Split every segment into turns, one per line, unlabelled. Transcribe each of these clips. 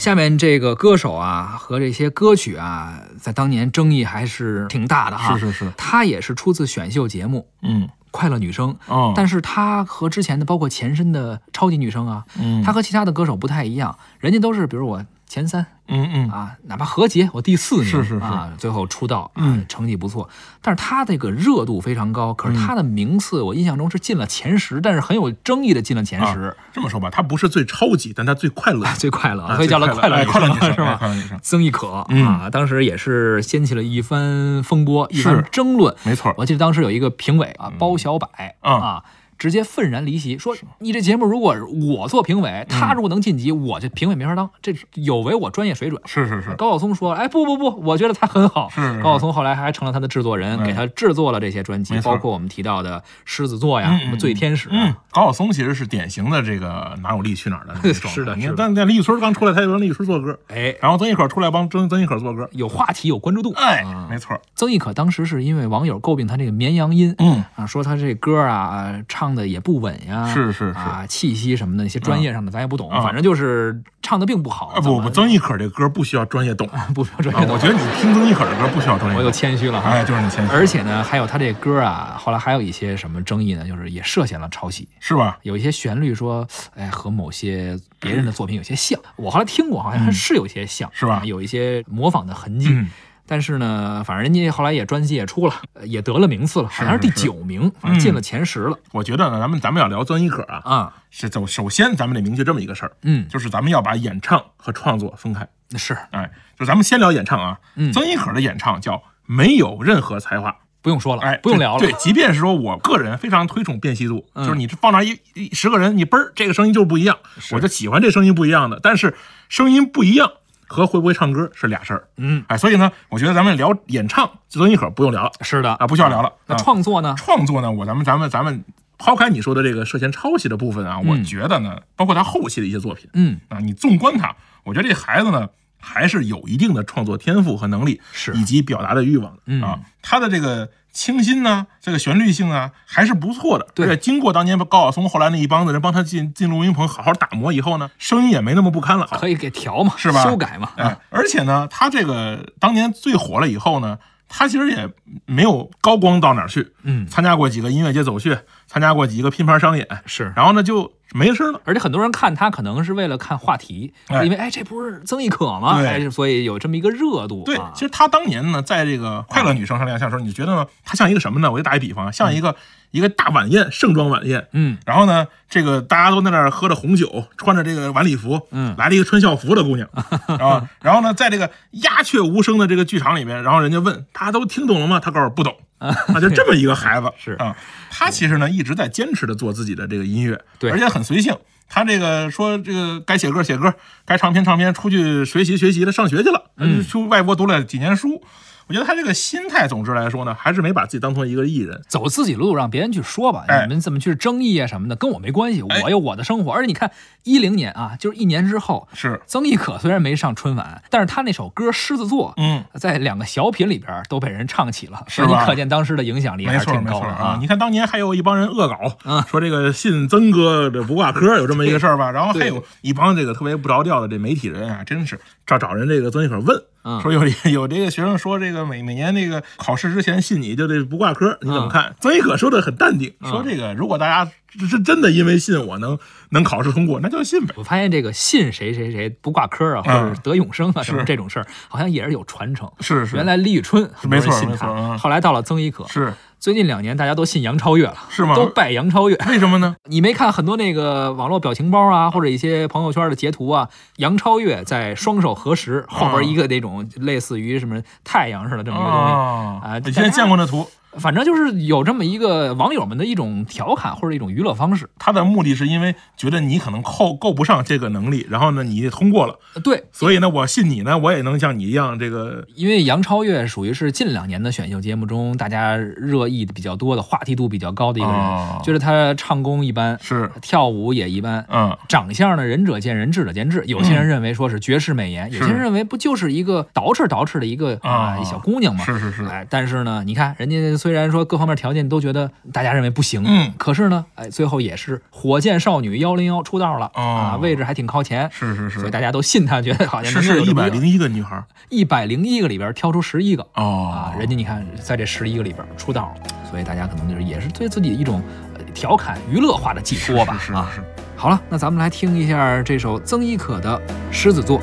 下面这个歌手啊和这些歌曲啊，在当年争议还是挺大的哈。
是是是，
他也是出自选秀节目
嗯
《快乐女声》，
哦，
但
是
是他和之前的包括前身的超级女声啊，
嗯
他和其他的歌手不太一样，人家都是比如我前三
嗯嗯
啊，哪怕何洁我第四名
是是是
啊，最后出道，
嗯
啊，成绩不错，但是他这个热度非常高，可是他的名次我印象中是进了前十，但是很有争议的进了前十，
这么说吧，他不是最超级，但他最快乐，
最快乐，
啊
所以叫了
最
快
快乐
乐
哎快乐女
生
生
是
哎快乐女
吧
生？
曾轶可
嗯
啊，当时也是掀起了一番风波，一番
是
争论，
没错儿。
我记得当时有一个评委啊，包小柏
嗯
啊，直接愤然离席，说你这节目如果我做评委，他
嗯
如果能晋级，我这评委没法当，这有违我专业水准。
是是是，
高晓松说：“哎，不不不，我觉得他很好。
是是
高晓松后来还成了他的制作人，
嗯
给他制作了这些专辑，
没错
包括我们提到的《狮子座》呀，
嗯嗯
什么《醉天使》啊。
嗯，高晓松其实是典型的这个哪有力去哪儿的那种状 态。
是的
你
是的
看，但但李宇春刚出来，他就让李宇春做歌，
哎，
然后曾轶可出来帮曾曾轶可做歌，
有话题，有关注度。
哎
啊，
没错儿，
曾轶可当时是因为网友诟病他这个绵羊音，
嗯，
啊，说他这歌啊唱的也不稳呀，
是是是
啊，气息什么的，一些专业上的咱也不懂，
啊
反正就是唱的并不好。
啊不不，曾轶可这歌不需要专业懂啊，
不不专业
我
懂，
觉得你听曾轶可的歌不需要专 业
我
懂
又，谦虚了哈。
哎，就是你谦虚，
而且呢，还有他这歌啊，后来还有一些什么争议呢，就是也涉嫌了抄袭，
是吧？
有一些旋律说，哎，和某些别人的作品有些像。我后来听过，好像是有些像，
嗯是吧
啊有一些模仿的痕迹。
嗯
但是呢，反正人家后来也专辑也出了，呃也得了名次了，好像是第
是是
九名，反正进
嗯
了前十了
我觉得呢，咱们咱们要聊曾轶可啊，
啊。
是走首先咱们得明确这么一个事儿，
嗯，
就是咱们要把演唱和创作分开。
那是
哎，就咱们先聊演唱啊，
嗯
曾轶可的演唱叫没有任何才华，
不用说了，
哎，
不用
就
聊了。
对，即便是说我个人非常推崇辨析度，
嗯
就是你放那一一十个人，你嘣儿这个声音就是不一样，我就喜欢这声音不一样的。但是声音不一样和会不会唱歌是俩事儿。
嗯，
哎，所以呢，我觉得咱们聊演唱，曾轶可不用聊了
是的
啊，不需要聊了。
那
啊
创作呢？
创作呢，我咱们咱们咱们抛开你说的这个涉嫌抄袭的部分啊，我
嗯
觉得呢，包括他后期的一些作品
嗯，
啊，你纵观他，我觉得这孩子呢。还是有一定的创作天赋和能力，
是
以及表达的欲望的、
嗯
啊。他的这个清新呢，这个旋律性啊，还是不错的。
对
而且经过当年高晓松后来那一帮子人帮他进进录音棚好好打磨以后呢，声音也没那么不堪了。
可以嗯给调嘛，
是吧
修改嘛。
哎，而且呢，他这个当年最火了以后呢，他其实也没有高光到哪儿去，
嗯，
参加过几个音乐节走穴，参加过几个拼盘商演，
是。
然后呢就没声了。
而且很多人看他可能是为了看话题，
哎
因为哎，这不是曾轶可吗？
对
哎，所以有这么一个热度。
对
啊，
其实他当年呢，在这个快乐女声上亮相的时候，你觉得呢？他像一个什么呢？我就打一比方，啊像一个、一个大晚宴，盛装晚宴。
嗯，
然后呢，这个大家都在那儿喝着红酒，穿着这个晚礼服，
嗯
来了一个穿校服的 姑娘啊。然后呢，在这个鸦雀无声的这个剧场里面，然后人家问大家都听懂了吗？他告诉我 不懂。啊，就这么一个孩子
是
啊，他其实呢一直在坚持的做自己的这个音乐，
对
而且很随性。他这个说这个该写歌写歌，该唱片唱片，出去学习学习了，上学去了，
嗯
去外国读了几年书。我觉得他这个心态，总之来说呢，还是没把自己当成一个艺人。
走自己路，让别人去说吧。
哎
你们怎么去争议啊什么的，跟我没关系，
哎
我有我的生活。而且你看，一零年啊，就是一年之后，
是，
曾轶可虽然没上春晚，但是她那首歌《狮子座》。
嗯，
在两个小品里边都被人唱起了，
是
所以
吧
可见当时的影响力还
没
是
错
挺
没
高
错
的
啊！你看当年还有一帮人恶搞，
嗯
说这个信曾哥这不挂科，有这么一个事儿 吧？然后还有一帮这个特别不着调的这媒体人啊，真是找找人这个曾轶可问。
嗯
说有有这个学生说这个每每年这个考试之前信你就得不挂科，你怎么看？曾轶可说的很淡定，说这个如果大家是是真的因为信我能能考试通过，那就信呗。
我发现这个信谁谁谁不挂科啊，或
嗯
者是得永生啊，什么这种事儿，好像也是有传承。
是是
原来李宇春很多
没
人
错
信
没错
他，
嗯
后来到了曾轶可，
是
最近两年大家都信杨超越了，
是吗
都拜杨超越。
为什么呢？
你没看很多那个网络表情包啊，或者一些朋友圈的截图啊，杨超越在双手合十，后
嗯
边一个那种类似于什么太阳似的这么一个东西。啊
啊，以前见过那图，
反正就是有这么一个网友们的一种调侃或者一种娱乐方式。
他的目的是因为觉得你可能扣够不上这个能力，然后呢你通过了。
呃对，
所以呢，我信你呢，我也能像你一样，这个
因为杨超越属于是近两年的选秀节目中大家热议的比较多的、话题度比较高的一个人，
哦
觉得她唱功一般，
是，
跳舞也一般。
嗯，
长相呢，仁者见仁，智者见智。有些人认为说是绝世美颜，有些人认为不就是一个捯饬捯饬的一个啊、
嗯啊
小姑娘吗？
是是是
哎，但是呢，你看人家虽然说各方面条件都觉得大家认为不行，
嗯
可是呢，哎，最后也是火箭少女幺零幺出道了、
哦
啊，位置还挺靠前，
是是
所以
是，
大家都信她，觉得好像
是是一百零一个女孩儿
一百零一个里边挑出十一个
哦
啊，，人家你看在这十一个里边出道了，所以大家可能就是也是对自己一种呃调侃娱乐化的寄
是
托吧
是
啊。
是是，
好了，那咱们来听一下这首曾轶可的《狮子座》。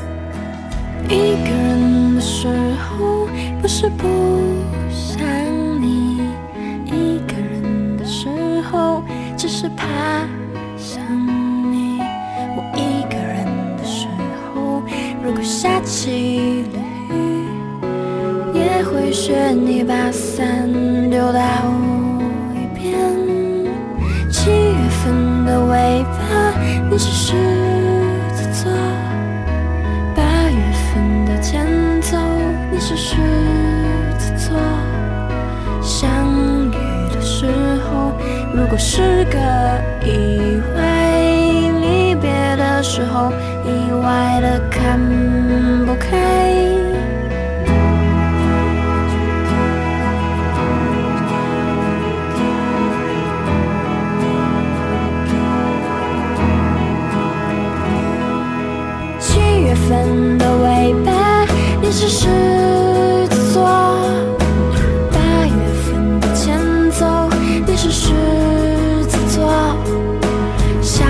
一个人的时候，不是不想你；一个人的时候，只是怕想你。我一个人的时候，如果下起了雨，也会学你把伞丢到一边。七月份的尾巴，你是狮子座。八月份的前奏，你是狮子座。相遇的时候，如果是个意外；离别的时候，意外的看不开。七月份的尾巴，你是狮子座；八月份的前奏，你是狮子座。相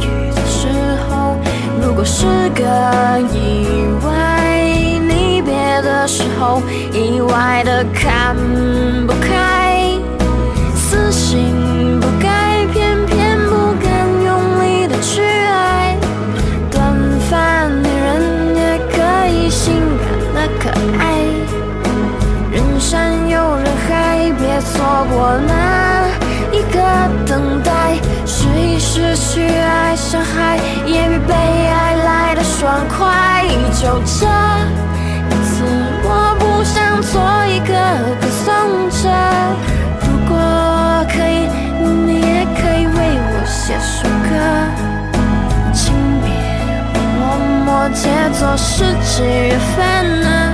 遇的时候，如果是个意外；离别的时候，意外的看不开。死性不改，偏偏不敢用力的去爱。短发女人也可以性感的可爱，人山又人海，别错过那一个等待。试一试去爱，伤害也比被爱来的爽快。就这一次，我不想做一个歌颂者。如果可以，你也可以为我写首歌。请别默默借作是几月份呢？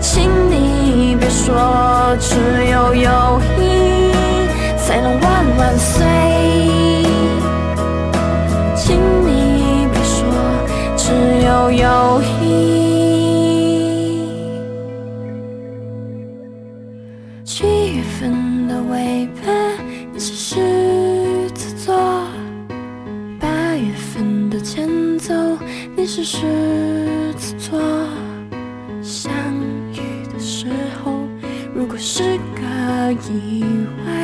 请你别说只有友谊才能万万岁。请你别说只有友谊。七月份的尾巴，你是狮子座。八月份的前奏，你是狮子座。相遇的时候，如果是个意外，